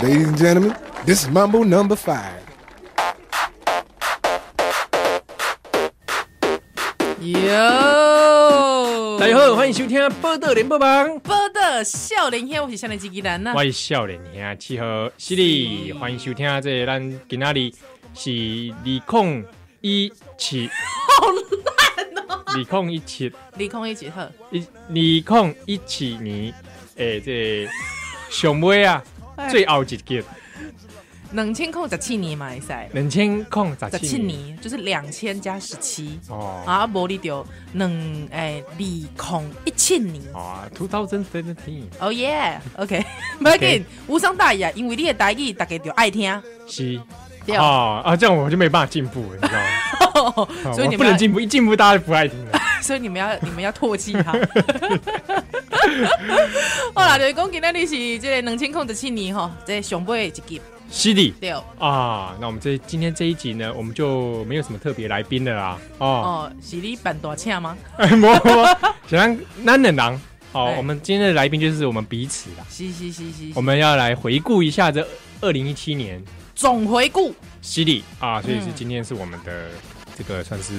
Ladies and gentlemen, this is Mumble number five. 哟，大家好，欢迎收听《报道联播榜》，波的笑脸天，我是笑脸机器人呐啊我。是少年兄七号犀利，欢迎收听这个咱今仔日是二零一七，好烂哦！二零一七你空一起喝，一二零一七年诶，这个上尾啊，最后一集两千空十七年嘛，会使两千空十十七七年就是两千加十七哦啊，无你就两诶二空一七年。哦，two thousand seventeen 哦耶，OK，不要 紧，无伤大雅，因为你的台语大家就爱听，是对哦啊，这样我就没办法进步了，你知道吗？ 哦 所以我你不们能要，进步，一进步大家就不爱听了。所以你 们要，你们要唾弃他。好啦，就是讲今天你是这个两千空十七年吼，这个上尾的一集犀利。对。啊，那我们这今天这一集呢，我们就没有什么特别来宾的啦。哦，哦，是你办大请吗？哎，摸摸，小狼男人狼。哦哎，我们今天的来宾就是我们彼此啦。是是是是，我们要来回顾一下这二零一七年总回顾，犀利啊，所以是嗯今天是我们的这个算是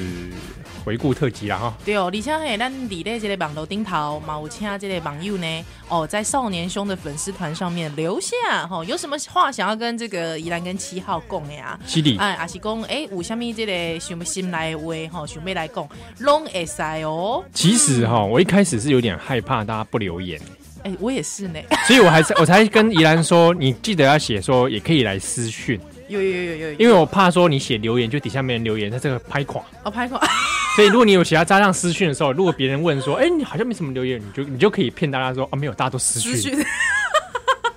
回顾特辑啦哈。对，哦而且嘿，咱伫咧这个网络顶头，嘛有请这个网友呢，哦，在少年兄的粉丝团上面留下，吼、有什么话想要跟这个宜兰跟七号讲的啊？犀利，哎，也是讲，诶、有啥物这个想要心内话，吼、想要来讲，拢会使哦。其实哈，我一开始是有点害怕大家不留言，哎、我也是呢，所以我还是 我才跟怡兰说，你记得要写说也可以来私讯， 有有有有有，因为我怕说你写留言就底下没人留言，他这个拍垮。我拍过，所以如果你有其他渣量私讯的时候，如果别人问说，哎、你好像没什么留言，你就你就可以骗大家说，啊，没有，大家都私资 讯讯，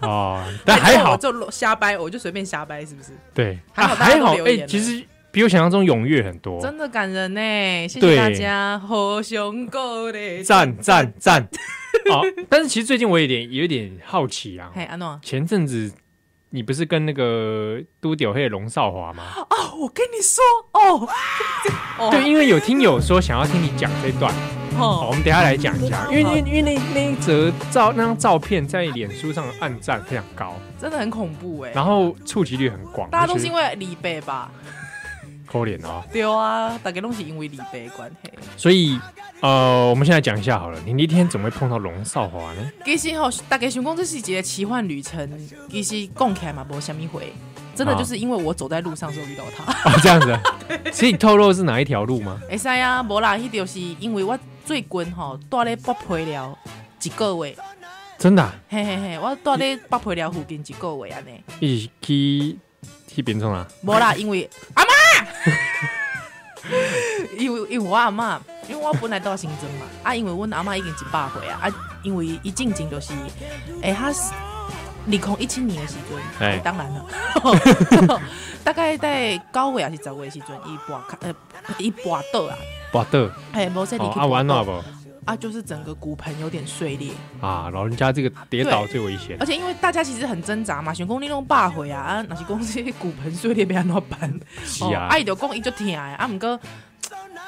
哦，但还好，就瞎掰，我就随便瞎掰，是不是？对，还好啊大家还都好，留哎、言了其实比我想象中踊跃很多，真的感人呢，谢谢对大家，好雄狗嘞，赞赞 赞，哦，但是其实最近我有点有点好奇啊，嘿，安诺，前阵子你不是跟那个都屌黑的龙少华吗？哦，我跟你说，哦，哦对，因为有听友说想要听你讲这段，好，我哦，们等一下来讲一下，因为因为因为那那一则照那张照片在脸书上的暗赞非常高。真的很恐怖哎，然后触及率很广，大家都就是因为李白吧？可怜哦。对啊，大家都是因为李白的关系。所以呃，我们现在讲一下好了，你那天怎么会碰到龙少华呢？ 其实吼，大家想讲这是一个奇幻旅程，其实讲起来嘛，无虾米回。真的啊就是因为我走在路上的时候遇到 他，啊，这样子啊， 所以你透露是哪一条路吗？会使啊，无啦，迄就是因为我最近吼住咧北皮寮一个月，真的、啊，嘿嘿嘿，我住咧北皮寮附近一个月安尼，一起去去边冲啊？无 啦，因为阿妈， 因为因为我阿嬷，因为我本来到新庄嘛，啊，因为阮阿嬷已经一百岁啊，啊，因为伊进前就是，诶、欸，他是二零一七年的时阵，哎当然了， 大概在九月还是十月的时阵，伊跋卡呃，伊跋倒啊，哇的哎、无说你哦，去啊玩跋了倒，不？啊，就是整个骨盆有点碎裂，啊，老人家这个跌倒最危险而且因为大家其实很挣扎嘛，想讲你弄百回啊，啊，若是讲这些骨盆碎裂要安怎办？是哦，啊啊，，伊就讲伊就疼的，啊，毋过。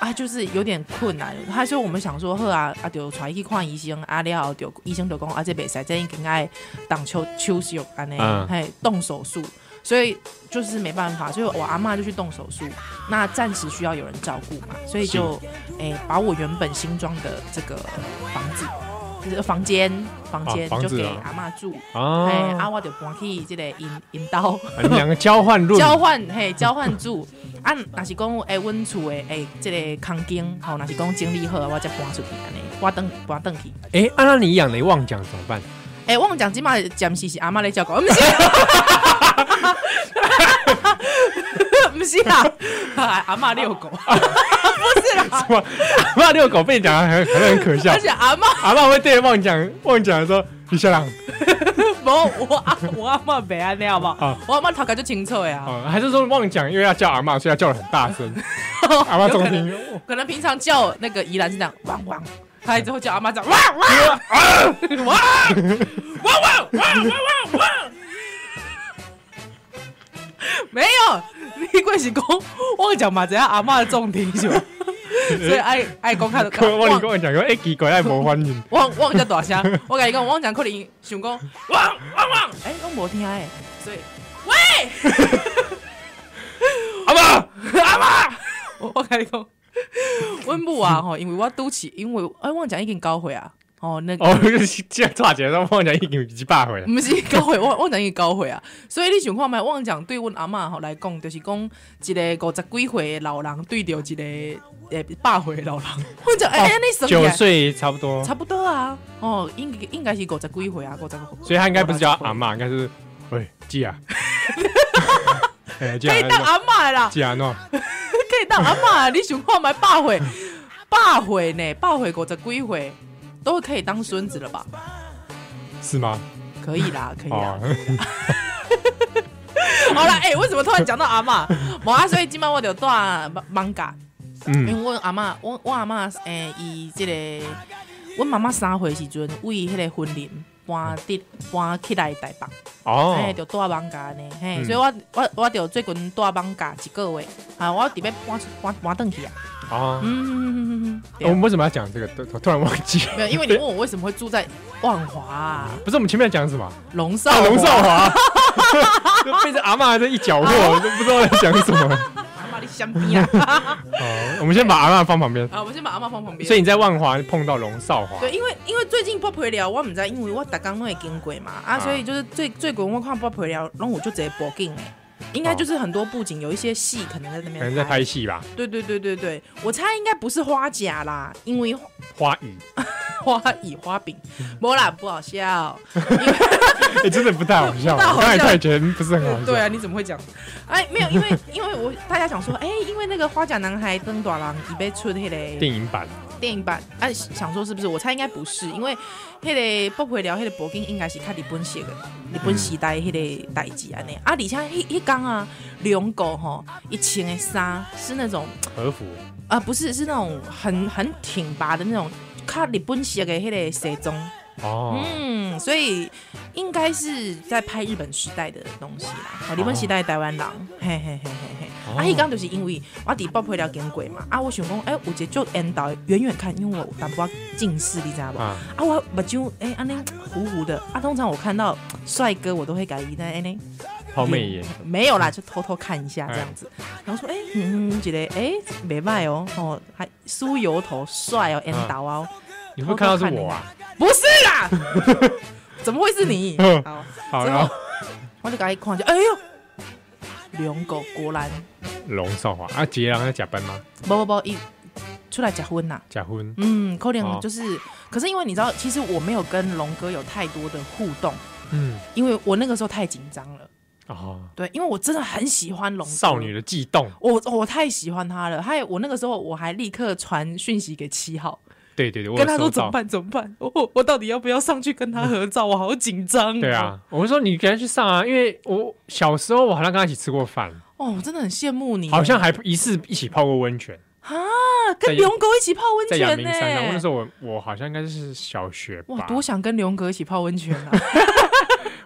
啊，就是有点困难，他说我们想说，好啊，啊，就带伊去看医生，啊了后就医生就讲，啊，这袂使，这应该动手手术安尼，嗯嘿、动手术，所以就是没办法，所以我阿嬷就去动手术，那暂时需要有人照顾嘛，所以就诶、把我原本新装的这个房子，就是房间房间、啊房就子给啊阿嬷住，哎、啊，啊，我就搬去这个引引导。啊你们两个交换论，交换嘿，交换住啊，若是讲诶，阮厝诶诶，即个空间吼，若是讲整理好，我才搬出去安尼，我等搬等去。哎，按照你养的妄讲怎么办？诶、我们讲即马暂时是阿嬷咧照顾，毋是， 毋是啦，啊阿嬷遛狗，啊什么？ 阿爸遛狗被你讲得很很很可笑 而，且阿嬷阿爸会对着妄讲妄讲说，你小狼。无我阿我阿嬷袂安尼好无啊？我阿嬷头壳就清楚诶啊，哦，还是说忘讲，因为要叫阿嬷，所以要叫的很 大声，阿嬷中听。可能平常叫那个宜兰是这样汪汪，他之后叫阿嬷这样汪汪汪汪汪汪汪汪汪。没有，你过是讲我讲嘛，只要阿嬷的重点是吧？所以爱爱讲较我我你跟汪我讲说，哎，奇怪，爱无反应， 汪汪叫大声，我甲你讲，汪讲可能想讲汪汪汪，哎，我无听诶，所以阿爸，我我跟你讲，阮母啊吼，因为我拄起，因为哎，我讲已经交回啊，哦，那个哦，这样差起来，我忘讲已经一百回了。毋是交回，我我讲已经交回啊， 所以你想看觅，我讲对阮阿嬷吼来讲，就是讲一个五十几岁的老人对着一个诶百岁的老人，我讲哎，你算起九来岁差不多，差不多啊，哦，应该应该是五十几岁啊，五十几岁，所以他应该不是叫阿嬷，妈，应该是喂姐 啊。哎，姐可以当啊，阿嬷的啦，姐啊，喏，可以当阿嬷的，你想看觅 百岁，百岁呢，百岁五十几岁都可以当孙子了吧？是吗？可以啦，可以啦哦。，好了，哎、为什么突然讲到阿嬷？ 无啊，所以今晚我就带 manga，因为嗯，我阿嬷，我我阿嬷，诶、伊即、个，阮妈妈三岁时阵，为迄个婚林搬得搬起来台北，哦哎、，就带 manga 呢，嘿、嗯所以我我我就最近带 manga 一个月，啊，我特别搬出搬搬转去啊，哦，嗯，对我啊们为什么要讲这个？突突突然忘 记，没有，因为你问我为什么会住在万华、啊、不是我们前面在讲什 么？龙少大华龙少华， 就被这阿妈这一搅和， 我都不知道在讲什么。阿嬷你香逼啊！ 哦，我们先把阿妈放旁边。好，我们先把阿嬷放旁边。所以你在万华碰到龙少华，啊对，因为因为最近不陪聊，我唔知，因为我逐工拢会经过嘛，啊，啊所以就是最最近我看不陪聊，拢我就直接报警诶。应该就是很多布景有一些戏可能在那可边能在拍戏吧，对对对对对，我猜应该不是花甲啦，因为花 艺。花乙花饼，没啦，不好笑。哎，真的不太好笑，不太好笑我刚才突然觉得不是很好笑。对啊，你怎么会讲？哎，没有，因为因为我大家想说，哎，因为那个花甲男孩登短郎已被出迄个电影版电影版，啊，想说是不是？我猜应该不是，因为迄个不陪聊，迄个博景应该是较日本写的。日本时代迄个代志安尼，啊，而且迄迄工啊，两狗吼，伊穿的衫是那种和服，啊，不是是那种很很挺拔的那种，较日本式的迄个西装，哦，嗯，所以应该是在拍日本时代的东西啦，哦，日本时代的台湾人，嘿嘿嘿嘿嘿，啊，哦迄工就是因为我伫爆破了经过嘛，啊，我想讲，哎、有一个就引导远远看，因为我有淡薄仔近视，你知道无？啊，啊，我目睭哎安尼糊糊的啊，通常我看到帅哥，我都会改伊在安尼抛媚眼，没有啦，就偷偷看一下这样子，然后说哎、嗯，觉得哎没卖哦哦，还梳油头帅哦，烟刀哦，你会看到是我啊？不是啦，怎么会是你？好， 好，之然后后我就赶紧看一下，哎呦，两狗果然，龙少华啊，杰郎在假扮吗？不不不，一出来结婚啦。假婚，嗯，可能哦就是，可是因为你知道，其实我没有跟龙哥有太多的互动，嗯，因为我那个时候太紧张了。哦，对，因为我真的很喜欢龙哥少女，的悸动，我哦我太喜欢他了。还有我那个时候我还立刻传讯息给七号，对对对，我有跟他说收怎么到。办怎么办，哦我我到底要不要上去跟他合照？我好紧张。 对啊，我说你给他去上啊，因为我小时候我好像跟他一起吃过饭，哦，我真的很羡慕你，好像还疑似一起泡过温泉，啊跟在龙哥一起泡温 在阳明山上。我泉那呢时。候我我好像应该是小学哇，吧，多想跟龙哥一起泡温泉啊！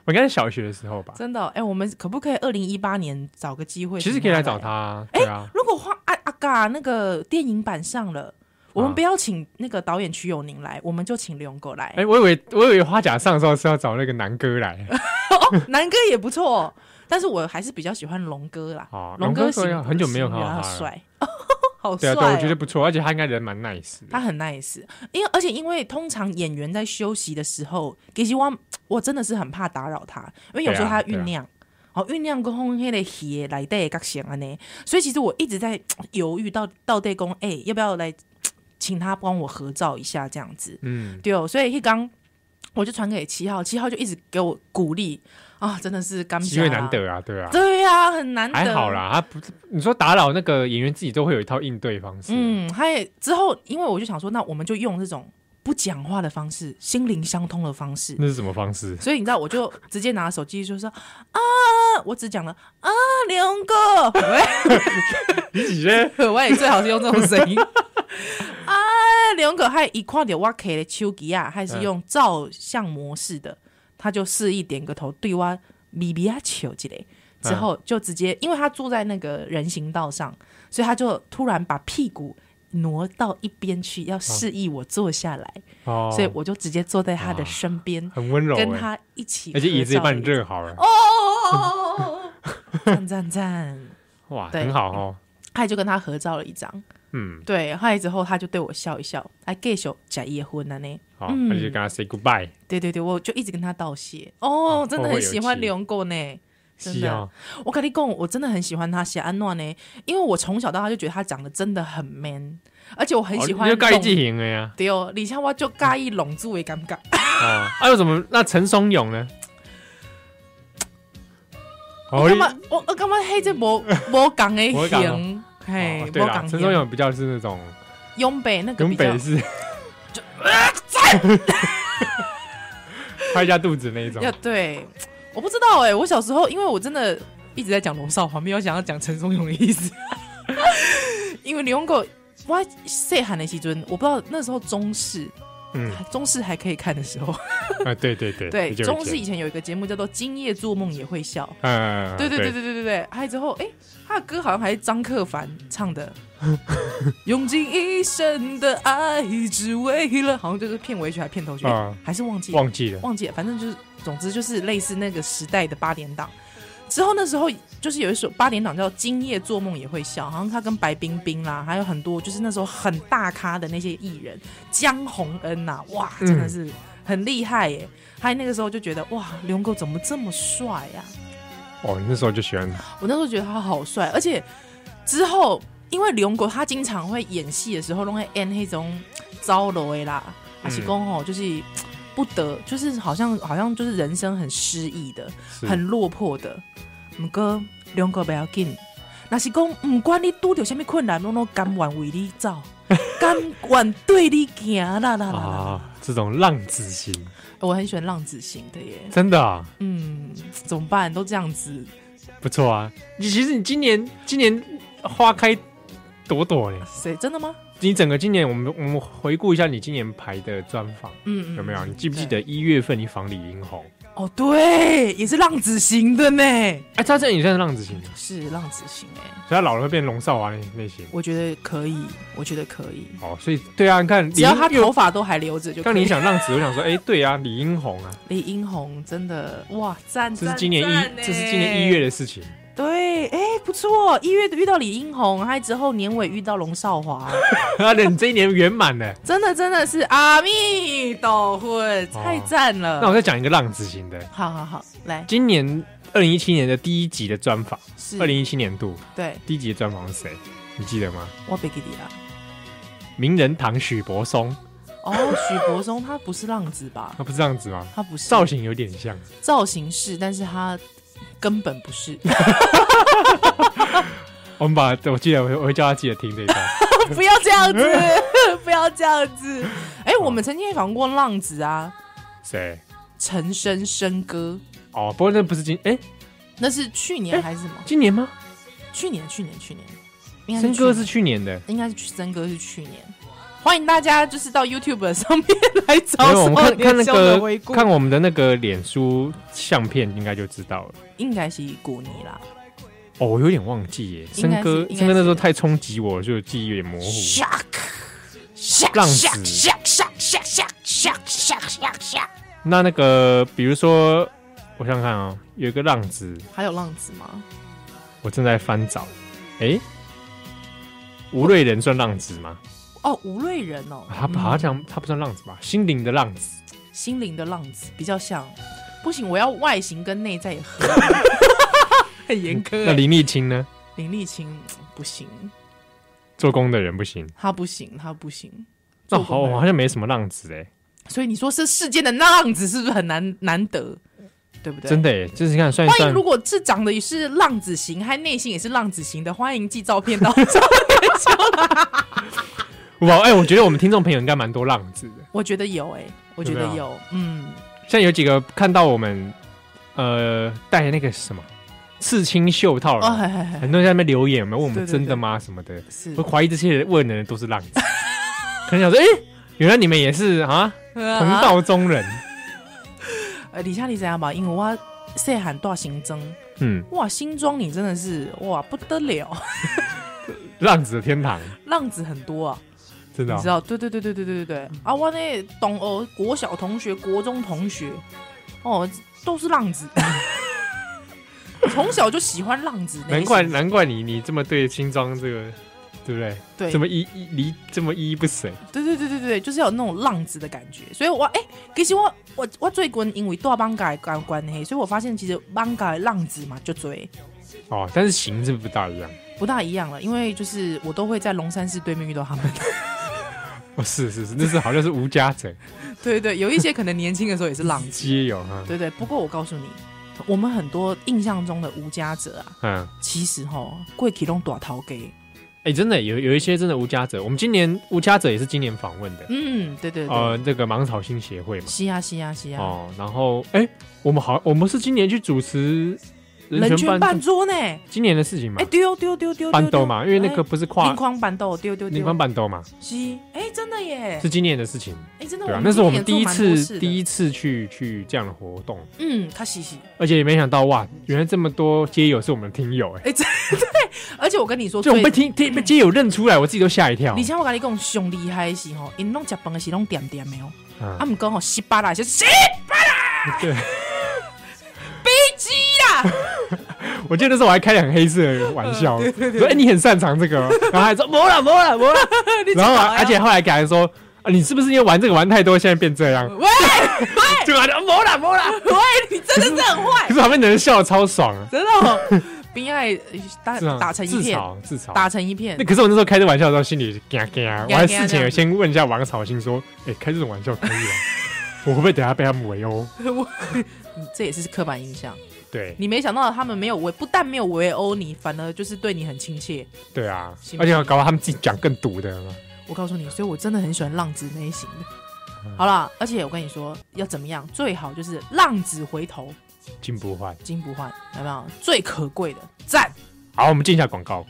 我应该是小学的时候吧。真的哦，哎、我们可不可以二零一八年找个机会？其实可以来找他。啊，对啊，如果画阿阿嘎那个电影版上了，我们不要请那个导演曲友宁来，我们就请龙哥来。哎，我以为我以为花甲上的时候是要找那个南哥来， 啊南哥也不错，哦但是我还是比较喜欢龙哥啦。哦龙龙哥型对啊很久没有看到型比较他了帅， 好对帅、啊，哦对，我觉得不错，而且他应该人蛮 nice 的他。很 nice，因为而且因为通常演员在休息的时候，其实我我真的是很怕打扰他，因为有时候他对酝啊对啊酿。哦，酝酿过后，迄个戏来底角色安尼，所以其实我一直在犹豫到到底讲，哎、要不要来请他帮我合照一下这样子。嗯，对哦，所以一刚我就传给七号，七号就一直给我鼓励啊，真的是感谢机会难，得啊，对啊，对呀、很难得，还好。啦，他不，你说打扰那个演员自己都会有一套应对方式，嗯，嗯，他也之后，因为我就想说，那我们就用这种不讲话的方式，心灵相通的方式。那是什么方式？所以你知道，我就直接拿手机就说啊，我只讲了啊，龙哥，你几岁？ 我也最好是用这种声音。 啊，龙哥还一看到我开的手机啊，还是用照相模式的，他就示意点个头，对我咪咪啊球之类，之后就直接，因为他坐在那个人行道上，所以他就突然把屁股挪到一边去，要示意我坐下来。哦，所以我就直接坐在他的身边，很温柔跟哎，他一起，而且椅子也帮你，热好了，哦，赞赞赞！哇，对很好哦。他就跟他合照了一张，嗯，对，后来之后他就对我笑一笑，还 gay 手假夜婚了啊呢。好，那就跟他 say goodbye。对对对，我就一直跟他道谢。哦，真的很喜欢刘永狗呢，真是的。哦，我跟你讲，我真的很喜欢他写安诺呢，因为我从小到大就觉得他长得真的很 man，而且我很喜欢哦就拢。盖地形的呀。对哦，李像我就介意拢住的感觉。哦，还有什么？那陈松 勇呢？哦我哎干，嘛？我我干嘛？黑这无无讲的无同哦型，嘿，哦无对啦，哎讲陈松型。勇比较是那种永北那个跟比较呃北是，拍一下肚子那一种要。对，我不知道哎、我小时候因为我真的一直在讲龙少华，没有想要讲陈松勇的意思， 因为李永狗。我细汉的时阵，我不知道那时候中视，嗯，中视还可以看的时候，啊，对对对，对，理解中视理以解前有一个节目叫做《今夜做梦也会笑》，嗯，对啊对对对，对对对对，还之后，哎，他的歌好像还是张克凡唱 的，用尽一生的爱，只为了，好像就是片尾曲还是片头曲，啊还是忘记了忘记了，忘记了，反正就是，总之就是类似那个时代的八点档。之后那时候就是有一首八点档叫《今夜做梦也会笑》，好像他跟白冰冰啦，还有很多就是那时候很大咖的那些艺人，江宏恩呐、哇，真的是很厉害耶！还那个时候就觉得哇，刘永狗怎么这么帅啊呀、哦，那时候就喜欢，我那时候觉得他好帅，而且之后因为刘永国他经常会演戏的时候，都会演那种糟楼的嗯啦，阿是公吼就是不得，就是好像好像就是人生很失意的，是很落魄的。唔过刘永国不要紧，那是讲唔管你拄着什么困难，拢拢甘愿为你 走，甘愿对你行啦啦啦啦。啊，这种浪子型，我很喜欢浪子型的耶，真的啊，嗯，怎么办？都这样子，不错啊。你其实你今年今年花开朵朵嘞，谁真的吗？你整个今年我们我们回顾一下你今年排的专访嗯，嗯有没有？嗯你记不记得一月份你访李英红？哦，对，也是浪子型的呢，哎，他这也算是浪子型，所是浪子型哎、以他老了会变龙少华那类型。我觉得可以，我觉得可以，哦，所以对啊，你看，只要他李英头发都还留着就可刚以。你想浪子，我想说，哎，对啊，李英红 啊，李英红真的哇，赞！这是今年赞欸一，这是今年一月，的事情。 赞对，哎、不错，一月遇到李英红，还之后年尾遇到龙少华， 啊，你这一年圆满了。真的真的是阿弥陀佛，太赞了！哦那我再讲一个浪子型的，好好好，来今年二零一七年的第一集的专访，是二零一七年度对，第一集的专访是谁？你记得吗？我贝给你啦。名人堂许柏松，哦，许柏松他不是浪子吧？他不是这样子吗？他不是造型有点像，造型是，但是他根本不是。 我们把我记得我会我会叫他记得听这一 段。不要这样子， 不要这样子。哎、我们曾经也访过浪子啊，谁？陈升升哥，哦，不过那不是今哎、那是去年还是什么？今年吗？去年，去年，去年，应该森是哥去是去年的，年应该是去升哥是去年。欢迎大家就是到 YouTube 上面来找没有我什么们看看那的回个顾，看我们的那个脸书相片应该就知道了。应该是古尼啦。哦，我有点忘记耶，应该是森哥应该是森哥那时候太冲击我了，就记忆有点模糊。 Shark，哦浪子。那那个，比如说，我想想看哦，有一个浪子，还有浪子吗？我正在翻找。诶，吴瑞仁算浪子吗？哦，吴瑞仁哦，啊他嗯好像他不算浪子吧？心灵的浪子，心灵的浪子比较像。不行，我要外形跟内在也合， 很严苛那欸。林立清呢？林立清嗯不行，做工的人不行。他不行，他不行。那做哦好，工的人我好像没什么浪子欸诶，所以你说是世间的浪子，是不是很难难得？对不对？真的诶，就是看算一欢算迎，如，果是长得也是浪子型，还内心也是浪子型的，欢迎寄照片到 少年兄来。哇，哎，我觉得我们听众朋友应该蛮多浪子的。我觉得有哎、我觉得有有，没有嗯，像有几个看到我们，呃，戴那个什么刺青袖套哦，了，嘿嘿嘿，很多人在那边留言，有没有问我对们对真的吗？什么的，是我怀疑这些人问的人都是浪子， 可能想说，哎、原来你们也是啊，同红道 中人。呃，李佳你怎样吧？因为我细汉大新增，嗯，哇，新庄你真的是哇不得了，浪子的天堂，浪子很多啊，真的你哦知道？对对对对对对对对嗯啊！我那懂哦，国小同学、国中同学，哦，都是浪 子，从小就喜欢浪子那一型，难怪难怪你你这么对新庄这个，对不对？对这么依依离这么依依不舍，对对对对对，就是要有那种浪子的感觉。所以我哎、其实我我我最近因为大邦改关关系，所以我发现其实邦改浪子嘛就追哦，但是形式不大一样。不大一样了，因为就是我都会在龙山寺对面遇到他们。 哦，是是是，那是好像是无家 者对对，有一些可能年轻的时候也是浪子。皆有哈，对对，不过我告诉你，我们很多印象中的无家者啊，嗯，其实吼贵体弄短逃给。哎、真的有有一些真的无家者，我们今年无家者也是今年访问的，嗯，对对对，呃，这个芒草心协会嘛，是啊是啊是啊，哦，然后哎、我们好，我们是今年去主持人权办办桌呢？哎、今年的事情嘛，丢丢丢丢办斗嘛，因为那个哎不是跨灵光板豆丢丢灵丢光，办斗嘛，是哎、真的耶，是今年的事情，哎、真的，对啊，那是我们第一次第一，一次去去这样的活动，嗯，他嘻嘻，而且也没想到哇，原来这么多街友是我们的听友哎、哎、真对，而且我跟你说，就我最们被听听被街友认出来，我自己都吓一跳而。且我跟你讲，上厉害的是吼，因拢食饭的是拢点点的哦，嗯啊，毋讲吼，稀巴啦，是稀 对，鸡啦， 我记得那时候我还开两黑色的玩笑，说哎、你很擅长这个 哦，然后还说没了没了没了，你知然道后吗啊而且后来改说啊你是不是因为玩这个玩太多，现在变这样？喂喂就他就没了没了， 喂，你真的是很坏 可，是旁边的人笑得超爽啊，真的、哦，边爱打是啊，打成一自片，嘲自嘲。打成一片那，可是我那时候开这玩笑的时候，心里嘎嘎，我还事这前有样子先问一下王草心说，哎，开这种玩笑 可以吗？我会不会等下被他们围殴？我这也是刻板印象。对你没想到他们没有围，不但没有围殴你，反而就是对你很亲切。对啊行，吧而且搞到他们自己讲更毒的嘛。我告诉你，所以我真的很喜欢浪子那一型的。嗯好啦，而且我跟你说，要怎么样最好就是浪子回头进步换。金不换，有没有？最可贵的赞。好，我们进一下广告。